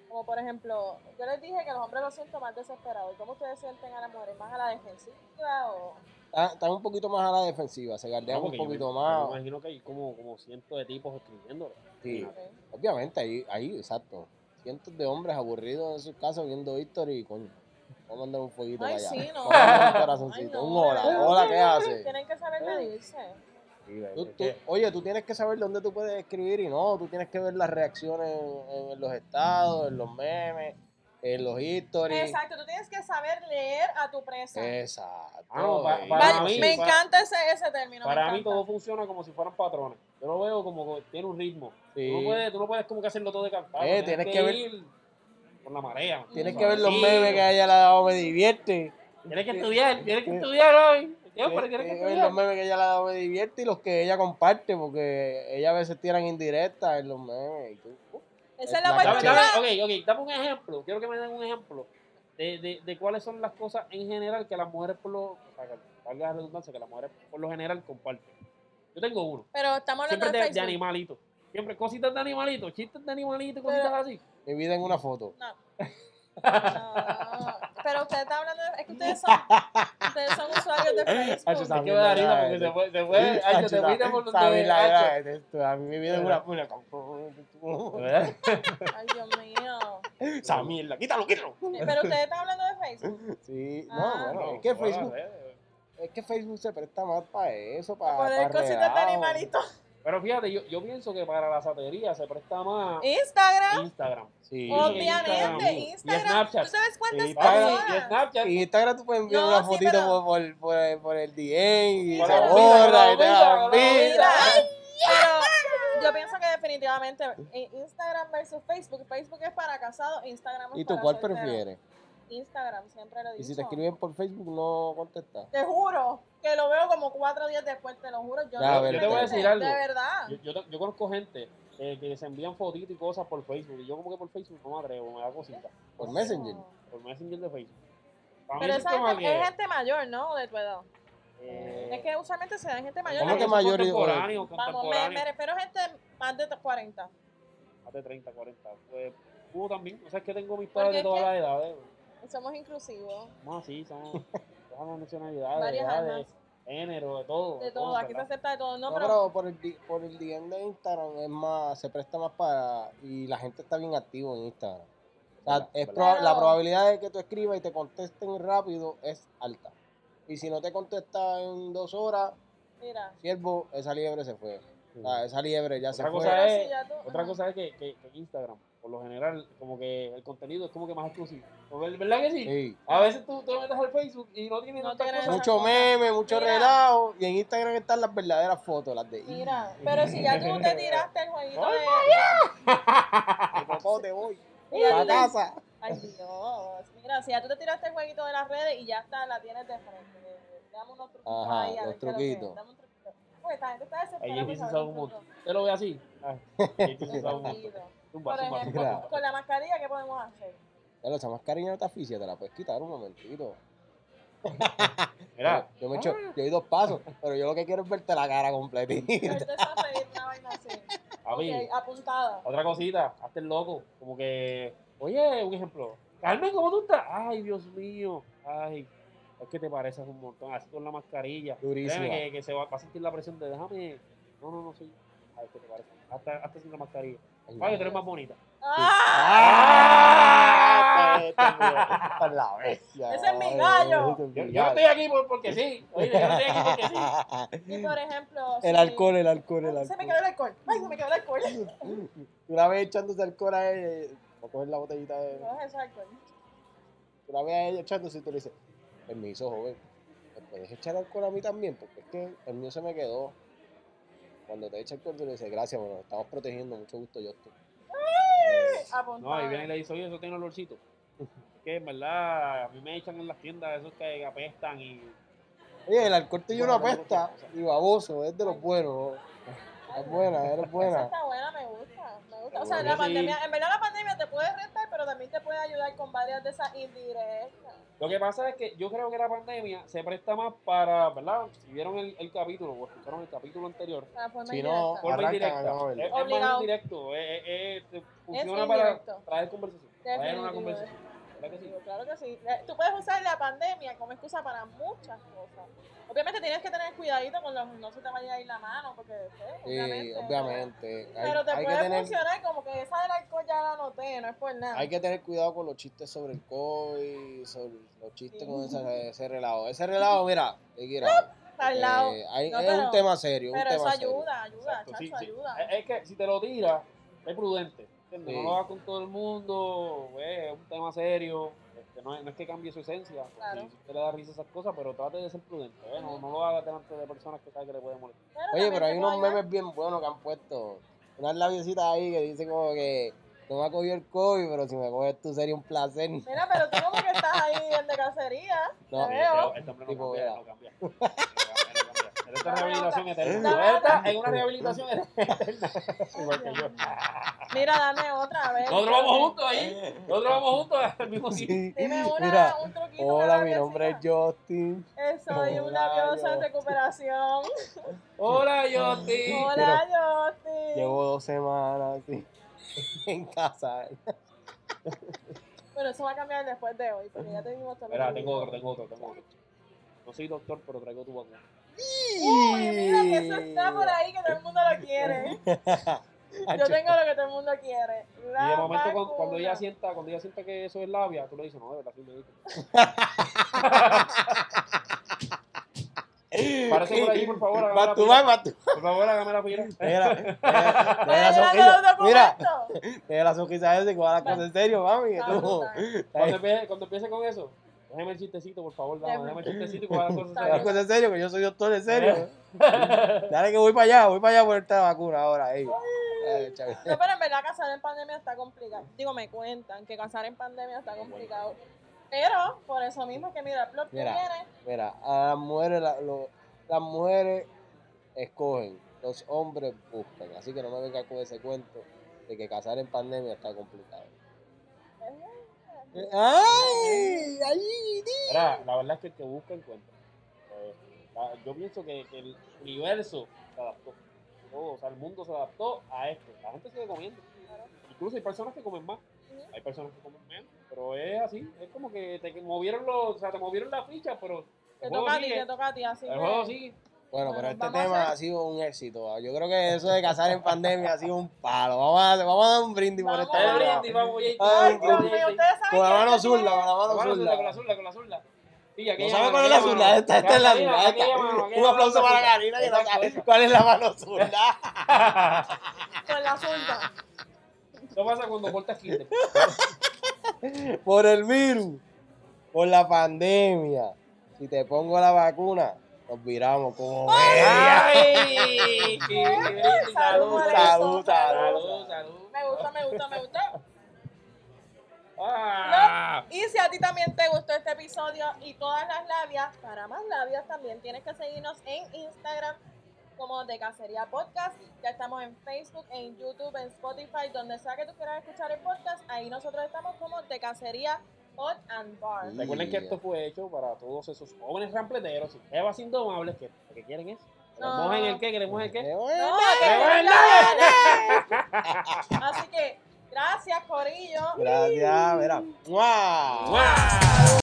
Speaker 3: como por ejemplo, yo les dije que los hombres lo siento más desesperados. ¿Cómo ustedes sienten a las mujeres? ¿Más a la defensiva o...?
Speaker 2: Ah, Están un poquito más a la defensiva, se
Speaker 1: No,
Speaker 2: galdean
Speaker 1: porque
Speaker 2: un
Speaker 1: yo
Speaker 2: poquito
Speaker 1: me-
Speaker 2: más.
Speaker 1: Yo me imagino que hay como, como cientos de tipos escribiéndolo.
Speaker 2: Sí,
Speaker 3: Ok.
Speaker 2: obviamente, ahí, ahí, exacto. Cientos de hombres aburridos en sus casas viendo History y coño. Vamos a mandar un fueguito
Speaker 3: Ay,
Speaker 2: para allá.
Speaker 3: sí, no.
Speaker 2: Vamos a mandar un
Speaker 3: Ay,
Speaker 2: corazoncito,
Speaker 3: no,
Speaker 2: un hola.
Speaker 3: ¿verdad?
Speaker 2: Hola, ¿qué haces?
Speaker 3: Tienen que saber medirse.
Speaker 2: Tú- tú- oye, tú tienes que saber dónde tú puedes escribir y no, tú tienes que ver las reacciones en, en los estados, en los memes, en los histories.
Speaker 3: Exacto, tú tienes que saber leer a tu presa.
Speaker 2: Eh, Exacto.
Speaker 1: Ah, no, pa-
Speaker 2: y-
Speaker 1: para
Speaker 3: Vale,
Speaker 1: mí-
Speaker 3: me
Speaker 1: para-
Speaker 3: encanta ese, ese término. me
Speaker 1: Para mí
Speaker 3: encanta.
Speaker 1: todo funciona como si fueran patrones. Yo lo veo como que tiene un ritmo.
Speaker 2: Sí.
Speaker 1: Tú, no puedes, tú no puedes como que hacerlo todo de cantar.
Speaker 2: Eh, tienes que ver-
Speaker 1: ir con la marea. man.
Speaker 2: Tienes
Speaker 1: Tú
Speaker 2: que ver los
Speaker 1: sabes.
Speaker 2: memes que a ella le ha dado, me divierte.
Speaker 1: Tienes que estudiar, tienes que estudiar hoy. Siempre tienes que
Speaker 2: Tienes que ver los
Speaker 1: estudiar.
Speaker 2: memes que ella le ha dado, me divierte y los que ella comparte, porque ella a veces tiran indirectas en los memes. y tú, uh,
Speaker 3: Esa es la
Speaker 2: La
Speaker 1: Dame,
Speaker 3: oportunidad.
Speaker 1: dame- ok, ok, dame un ejemplo. Quiero que me den un ejemplo de, de, de cuáles son las cosas en general que las mujeres por lo... O sea, que, valga la redundancia, que las mujeres por lo general comparten. Yo tengo uno.
Speaker 3: Pero estamos hablando
Speaker 1: Siempre de, de
Speaker 3: Facebook.
Speaker 1: animalito. Siempre cositas de animalito, chistes de animalito, cositas
Speaker 3: Pero-
Speaker 1: así.
Speaker 2: Mi vida en una foto.
Speaker 3: No. No. Pero usted está hablando de... Es que ustedes son, ustedes son usuarios de
Speaker 2: Ah, eso
Speaker 3: Facebook.
Speaker 2: está
Speaker 1: Hay que
Speaker 2: bien, Ah,
Speaker 1: dar
Speaker 2: verdad,
Speaker 1: porque
Speaker 2: verdad.
Speaker 1: se fue, se fue, ay, yo te
Speaker 2: Hacho,
Speaker 1: fuiste por
Speaker 2: la-
Speaker 1: donde-
Speaker 2: sabe la-
Speaker 1: hacho.
Speaker 2: la- esto, a mí mi vida en una una-
Speaker 1: ¿Verdad?
Speaker 3: Ay, Dios mío.
Speaker 1: Esa mierda, quítalo, quítalo.
Speaker 3: Pero ustedes están hablando de Facebook.
Speaker 2: Sí, no,
Speaker 3: Ah.
Speaker 2: bueno, es que
Speaker 1: Joder,
Speaker 2: Facebook,
Speaker 1: eh.
Speaker 2: es que Facebook se presta más para eso, para
Speaker 3: Poner cositas de este animalitos.
Speaker 1: Pero fíjate, yo, yo pienso que para la satería se presta
Speaker 3: ¿Eh?
Speaker 1: más
Speaker 3: Instagram.
Speaker 1: Instagram.
Speaker 2: Sí.
Speaker 3: Obviamente,
Speaker 1: Y
Speaker 3: Instagram.
Speaker 1: Snapchat.
Speaker 3: ¿Tú sabes cuántas
Speaker 2: Y
Speaker 1: Papi,
Speaker 2: Instagram.
Speaker 1: y
Speaker 3: personas?
Speaker 1: Snapchat.
Speaker 2: Y Instagram tú puedes enviar
Speaker 3: No,
Speaker 2: una
Speaker 3: sí,
Speaker 2: fotito
Speaker 3: pero-
Speaker 2: por, por, por, por el DM y
Speaker 1: Por
Speaker 2: se
Speaker 1: la
Speaker 2: borra
Speaker 1: vida,
Speaker 2: y te la
Speaker 1: por la vida, por
Speaker 2: envía.
Speaker 1: la vida.
Speaker 3: Pero yo pienso que definitivamente eh, Instagram versus Facebook. Facebook es para casados, Instagram es
Speaker 2: ¿Y tú
Speaker 3: para
Speaker 2: cuál
Speaker 3: solteros.
Speaker 2: prefieres?
Speaker 3: Instagram, siempre lo digo.
Speaker 2: Y si te escriben por Facebook no contestas.
Speaker 3: Te juro que lo veo como cuatro días después, te lo juro.
Speaker 2: Ya,
Speaker 3: Yo, no
Speaker 2: a ver,
Speaker 3: me
Speaker 2: yo te voy a
Speaker 3: enteré,
Speaker 1: decir algo.
Speaker 3: De verdad.
Speaker 1: Yo, yo, yo conozco gente eh, que se envían fotitos y cosas por Facebook. Y yo, como que por Facebook, no me atrevo, me da cosita.
Speaker 2: Por Messenger.
Speaker 1: Por Messenger de Facebook. Para
Speaker 3: Pero
Speaker 1: mí
Speaker 3: esa
Speaker 1: es como
Speaker 3: gente,
Speaker 1: que,
Speaker 3: es gente mayor, ¿no? De tu edad.
Speaker 1: eh,
Speaker 3: Es que usualmente se dan gente mayor.
Speaker 1: como
Speaker 2: ¿Cómo
Speaker 3: la
Speaker 1: que
Speaker 2: que
Speaker 3: que-
Speaker 1: mayor
Speaker 2: mayor y-
Speaker 1: contemporáneo,
Speaker 3: Vamos, me, me
Speaker 1: contemporáneo.
Speaker 3: refiero a gente más de 40.
Speaker 1: Más de 30, 40. Pues tú también. O sea, es que tengo mis
Speaker 3: Porque
Speaker 1: padres de
Speaker 3: es
Speaker 1: todas
Speaker 3: que-
Speaker 1: las edades.
Speaker 3: Somos inclusivos.
Speaker 1: No, sí, somos. Dejamos nacionalidades,
Speaker 3: Varias
Speaker 1: edades,
Speaker 3: almas.
Speaker 1: género, de todo.
Speaker 3: De todo. Aquí se
Speaker 1: ¿verdad?
Speaker 3: acepta de todo. No,
Speaker 2: No,
Speaker 3: pero
Speaker 2: pero por el, di- por el DM de Instagram es más, se presta más para... Y la gente está bien activa en Instagram. O sea,
Speaker 1: ¿Verdad?
Speaker 2: es
Speaker 1: ¿Verdad?
Speaker 2: proba- la
Speaker 3: Claro.
Speaker 2: probabilidad de que tú escribas y te contesten rápido es alta. Y si no te contesta en dos horas,
Speaker 3: mira.
Speaker 2: siervo, esa liebre se fue.
Speaker 1: Sí.
Speaker 2: O sea, esa liebre ya se
Speaker 1: Otra
Speaker 2: fue.
Speaker 1: cosa
Speaker 3: Pero
Speaker 1: es-
Speaker 3: si ya tú-
Speaker 1: Otra
Speaker 3: ajá.
Speaker 1: cosa es que, que, que Instagram, por lo general, como que el contenido es como que más exclusivo. ¿Verdad que sí?
Speaker 2: Sí.
Speaker 1: A veces tú te metes al Facebook y no tienes
Speaker 3: No
Speaker 1: tantas
Speaker 3: tienes-
Speaker 1: cosas.
Speaker 2: Mucho
Speaker 3: cosa.
Speaker 2: meme, mucho
Speaker 3: Mira.
Speaker 2: relajo. Y en Instagram están las verdaderas fotos, las de
Speaker 3: Mira, pero si ya tú te tiraste el jueguito de.
Speaker 2: "Y, papá, te voy.
Speaker 3: y ya
Speaker 2: Pa'
Speaker 3: tú te-
Speaker 2: casa.
Speaker 3: Ay, Dios. Mira, si ya tú te tiraste el jueguito de las redes y ya está, la tienes de frente. Dame unos truquitos
Speaker 2: Ajá,
Speaker 3: ahí. a
Speaker 2: los
Speaker 3: ver qué es lo que es.
Speaker 2: truquitos.
Speaker 3: Dame un truquito. Porque esta gente está desesperada.
Speaker 1: Ahí
Speaker 3: por
Speaker 1: dices
Speaker 3: saber
Speaker 1: algo
Speaker 3: un
Speaker 1: mucho.
Speaker 3: truco.
Speaker 1: Yo lo veo así. Ah, ahí dices
Speaker 3: Un
Speaker 1: algo mucho.
Speaker 3: truquito.
Speaker 1: Zumba,
Speaker 3: Por
Speaker 1: zumba,
Speaker 3: ejemplo,
Speaker 1: zumba.
Speaker 2: zumba.
Speaker 3: con la mascarilla, ¿qué podemos hacer?
Speaker 2: Ya esa mascarilla no está física, te la puedes quitar un momentito.
Speaker 1: Mira,
Speaker 2: Yo me echo, yo doy dos pasos, pero yo lo que quiero es verte la cara completita.
Speaker 3: Ahorita se va a pedir una vaina así.
Speaker 1: a mí,
Speaker 3: Ok, ah. apuntada.
Speaker 1: otra cosita, hazte el loco. Como que, oye, un ejemplo. Carmen, ¿cómo tú estás? Ay, Dios mío. Ay, es que te pareces un montón. Así con la mascarilla.
Speaker 2: Durísima.
Speaker 1: Créeme Que, que se va, va a sentir la presión de déjame. No, no, no soy. Ay, que te parece. Hasta, hasta sin la mascarilla. Ay, tú eres más bonita.
Speaker 3: ¡Ah!
Speaker 2: ¡Ah! Te- te- te- por la bestia.
Speaker 3: Ese es mi gallo.
Speaker 2: Ese es mi
Speaker 1: Yo, yo no
Speaker 2: gallo.
Speaker 1: estoy aquí por- porque sí. Oye, yo no estoy aquí porque sí.
Speaker 3: Y por ejemplo.
Speaker 2: El
Speaker 3: si-
Speaker 2: alcohol, el alcohol, el
Speaker 3: Ay, Se me quedó
Speaker 2: alcohol.
Speaker 3: el alcohol. Ay, se me quedó el alcohol.
Speaker 2: Una vez echándose alcohol a él, va a coger la botellita de.
Speaker 3: No, eso es alcohol.
Speaker 2: Una vez a ella echándose y tú le dices, permiso, joven, ¿me puedes echar alcohol a mí también? Porque es que el mío se me quedó. Cuando te echa alcohol, tú le dices, gracias, bueno, nos estamos protegiendo, mucho gusto, yo estoy.
Speaker 1: No,
Speaker 3: Apuntada.
Speaker 1: y viene y le dice, oye, eso tiene olorcito. Es que en verdad, a mí me echan en las tiendas esos que apestan y.
Speaker 2: Oye, el alcohol te dio una apuesta y baboso, es de los buenos. ¿no? Es buena, eres
Speaker 3: Esa
Speaker 2: buena.
Speaker 3: está buena, me gusta. Me gusta. O
Speaker 1: Está
Speaker 3: sea,
Speaker 1: buena.
Speaker 3: la
Speaker 1: Sí.
Speaker 3: pandemia, en verdad la pandemia te puede restar, pero también te puede ayudar con varias de esas indirectas.
Speaker 1: Lo que pasa es que yo creo que la pandemia se presta más para, ¿verdad? Si vieron el, el capítulo o escucharon el capítulo anterior,
Speaker 3: La forma
Speaker 2: Si
Speaker 3: indirecta.
Speaker 2: no,
Speaker 1: forma
Speaker 2: Arrancan,
Speaker 1: indirecta. Eh,
Speaker 2: vamos a
Speaker 1: Es,
Speaker 2: verlo.
Speaker 1: es más
Speaker 3: Obligado.
Speaker 1: indirecto, es- es- es- funciona
Speaker 3: Es
Speaker 1: para
Speaker 3: indirecto.
Speaker 1: traer conversación. Traer una
Speaker 3: Definitivo,
Speaker 1: conversación. ¿Verdad que sí?
Speaker 3: definitivo, Claro que sí. Eh, Tú puedes usar la pandemia como excusa para muchas cosas. Obviamente tienes que tener cuidadito con los, no se te vaya a ir la mano, porque eh,
Speaker 2: Sí,
Speaker 3: obviamente.
Speaker 2: obviamente. Hay,
Speaker 3: Pero te
Speaker 2: hay
Speaker 3: puede
Speaker 2: que tener,
Speaker 3: funcionar como que esa del alcohol ya la noté, no es por nada.
Speaker 2: hay que tener cuidado con los chistes sobre el COVID, sobre los chistes
Speaker 3: Sí.
Speaker 2: con ese, ese relajo. Ese relajo, mira, te quiero.
Speaker 3: Al lado.
Speaker 2: Eh, hay-
Speaker 3: No,
Speaker 2: es
Speaker 3: pero-
Speaker 2: un tema serio. un
Speaker 3: Pero eso
Speaker 2: tema serio.
Speaker 3: ayuda, ayuda,
Speaker 1: Exacto,
Speaker 3: chacho,
Speaker 1: sí, sí. Eh,
Speaker 3: ayuda.
Speaker 1: Es- Es que si te lo tiras, es prudente. ¿entiendes?
Speaker 2: Sí.
Speaker 1: No lo hagas con todo el mundo, eh, es un tema serio. este, no, es, no es que cambie su esencia. porque
Speaker 3: Claro.
Speaker 1: Si usted le da risa a esas cosas, pero trate de ser prudente. ¿eh? No, no lo hagas delante de personas que sabe que le puede molestar.
Speaker 2: Oye, pero hay
Speaker 3: también te
Speaker 2: unos
Speaker 3: puede ayudar.
Speaker 2: memes bien buenos que han puesto. Unas labiecitas ahí que dice como que no me ha cogido el COVID, pero si me coges tú sería un placer.
Speaker 3: Mira, pero tú como que estás ahí en de cacería.
Speaker 2: No,
Speaker 3: Te veo.
Speaker 1: Este hombre no
Speaker 2: Tipo,
Speaker 1: cambia,
Speaker 2: mira.
Speaker 1: no cambia. No cambia, no cambia. Él está en
Speaker 3: Dame
Speaker 1: rehabilitación
Speaker 3: otra.
Speaker 1: eterna.
Speaker 3: Dame
Speaker 1: Él está
Speaker 3: otra.
Speaker 1: en una rehabilitación eterna. Igual que yo.
Speaker 3: Mira, dame otra vez.
Speaker 1: Nosotros vamos juntos ahí. Nosotros vamos juntos al mismo sitio.
Speaker 2: Eh. Sí,
Speaker 3: Dime una,
Speaker 2: Mira,
Speaker 3: un truquito poquito.
Speaker 2: Hola,
Speaker 3: cada
Speaker 2: mi
Speaker 3: vez,
Speaker 2: nombre es
Speaker 3: chica.
Speaker 2: Justin.
Speaker 3: Soy una
Speaker 2: Hola,
Speaker 3: diosa en
Speaker 2: yo.
Speaker 3: recuperación.
Speaker 1: Hola, Yoti.
Speaker 3: Hola, Justin.
Speaker 2: Llevo dos semanas aquí en casa.
Speaker 3: Bueno, eso va a cambiar después de hoy, porque ya tenemos también.
Speaker 1: Espera, tengo otro, tengo otro, tengo otro. No soy doctor, pero traigo tu vacuna.
Speaker 3: Uy, mira que eso está por ahí, que todo el mundo lo quiere. Yo tengo lo que todo el mundo quiere.
Speaker 1: Y
Speaker 3: la
Speaker 1: de momento cuan-
Speaker 3: vacuna.
Speaker 1: cuando, ella sienta, cuando ella sienta que eso es labia, tú le dices, no, de verdad soy médico. Parece por allí, por favor, hágame la
Speaker 2: Matu,
Speaker 1: fila.
Speaker 2: va, Matu.
Speaker 1: Por favor, hágame la pira.
Speaker 2: Mira, mira,
Speaker 3: Voy
Speaker 2: mira
Speaker 3: a
Speaker 2: la
Speaker 3: llevar los
Speaker 2: sonrisa. Mira,
Speaker 3: documentos.
Speaker 2: mira la sonrisa ese que va a las cosas en serio, mami. que
Speaker 3: Está
Speaker 2: tú-
Speaker 3: brutal.
Speaker 1: Cuando empiece, cuando empiece con eso, déjame el chistecito, por favor, dama,
Speaker 3: Déjame.
Speaker 1: déjame el chistecito y coja las cosas
Speaker 2: Te das
Speaker 1: serias.
Speaker 2: cuenta en serio, que yo soy doctor en serio. Dale que voy para allá, voy para allá por esta vacuna ahora. ey. Ay, chaval.
Speaker 3: No, pero en verdad casar en pandemia está complicado. Digo, me cuentan que casar en pandemia está complicado. Pero por eso mismo es que mira, el plot que
Speaker 2: Mira.
Speaker 3: viene,
Speaker 2: Mira, a las mujeres, la- lo- las mujeres escogen, los hombres buscan. Así que no me venga con ese cuento de que casar en pandemia está complicado. ¡Ay! ¡Ay! di-
Speaker 1: Mira, la verdad es que el que busca encuentra. Eh, la- yo pienso que, que el universo se adaptó. Todo, o sea, el mundo se adaptó a esto. La gente sigue comiendo. Incluso hay personas que comen más. Hay personas que comen menos. Pero es así. Es como que te movieron los, o sea, te movieron la ficha, pero
Speaker 3: te
Speaker 1: el juego
Speaker 3: toca a ti,
Speaker 1: sigue.
Speaker 3: te toca a ti, así
Speaker 1: El juego
Speaker 3: que.
Speaker 1: sigue.
Speaker 2: Bueno,
Speaker 3: Bueno,
Speaker 2: pero este
Speaker 3: vamos a
Speaker 2: tema
Speaker 3: hacer-
Speaker 2: ha sido un éxito. Yo creo que eso de casar en pandemia ha sido un palo. Vamos a, vamos a dar un brindis
Speaker 3: Vamos
Speaker 2: por esta
Speaker 3: a dar
Speaker 2: vida.
Speaker 1: Adelante, vamos, Jay.
Speaker 2: Ay,
Speaker 3: Ay,
Speaker 1: Vamos,
Speaker 3: Dios
Speaker 2: Con
Speaker 1: Jay.
Speaker 3: mío, ustedes saben
Speaker 2: Con la
Speaker 3: que
Speaker 2: mano
Speaker 3: este
Speaker 2: zurda,
Speaker 3: tiene-
Speaker 2: con la
Speaker 1: Con la zurda, con
Speaker 2: mano
Speaker 1: la
Speaker 2: zurda.
Speaker 1: zurda, con la zurda. Sí, aquella
Speaker 2: No sabe
Speaker 1: mano,
Speaker 2: cuál es la
Speaker 1: aquella
Speaker 2: zurda,
Speaker 1: mano.
Speaker 2: esta, esta es la
Speaker 1: Aquella
Speaker 2: zurda.
Speaker 1: mano, aquella
Speaker 2: esta.
Speaker 1: mano, aquella
Speaker 2: Un
Speaker 1: mano,
Speaker 2: aplauso
Speaker 1: la
Speaker 2: para
Speaker 1: zurda.
Speaker 2: Karina que no
Speaker 1: Exacto,
Speaker 2: sabe
Speaker 1: esa.
Speaker 2: cuál es la mano zurda.
Speaker 3: Con la zurda.
Speaker 1: Eso pasa cuando cortas kinder.
Speaker 2: por el virus, por la pandemia. Si te pongo la vacuna, nos viramos como media.
Speaker 1: ¡Ay! qué lindo.
Speaker 3: Salud,
Speaker 1: Salud,
Speaker 2: salud,
Speaker 3: salud,
Speaker 1: salud, salud.
Speaker 3: Me gusta, me gusta, me gusta.
Speaker 1: Ah,
Speaker 3: Y si a ti también te gustó este episodio y todas las labias, para más labias también tienes que seguirnos en Instagram como de Cacería Podcast. Ya estamos en Facebook, en YouTube, en Spotify, donde sea que tú quieras escuchar el podcast, ahí nosotros estamos como de Cacería Pod and Bar.
Speaker 2: Sí.
Speaker 1: Recuerden que esto fue hecho para todos esos jóvenes rampleteros y jevas indomables que lo que quieren es.
Speaker 3: No.
Speaker 1: ¿Queremos en el qué? ¿Queremos en el qué?
Speaker 3: No, que
Speaker 1: ¡Qué
Speaker 3: te
Speaker 1: buen
Speaker 3: ganes! Así que, gracias, Corillo.
Speaker 2: Gracias, mira. ¡Mua!
Speaker 1: ¡Guau!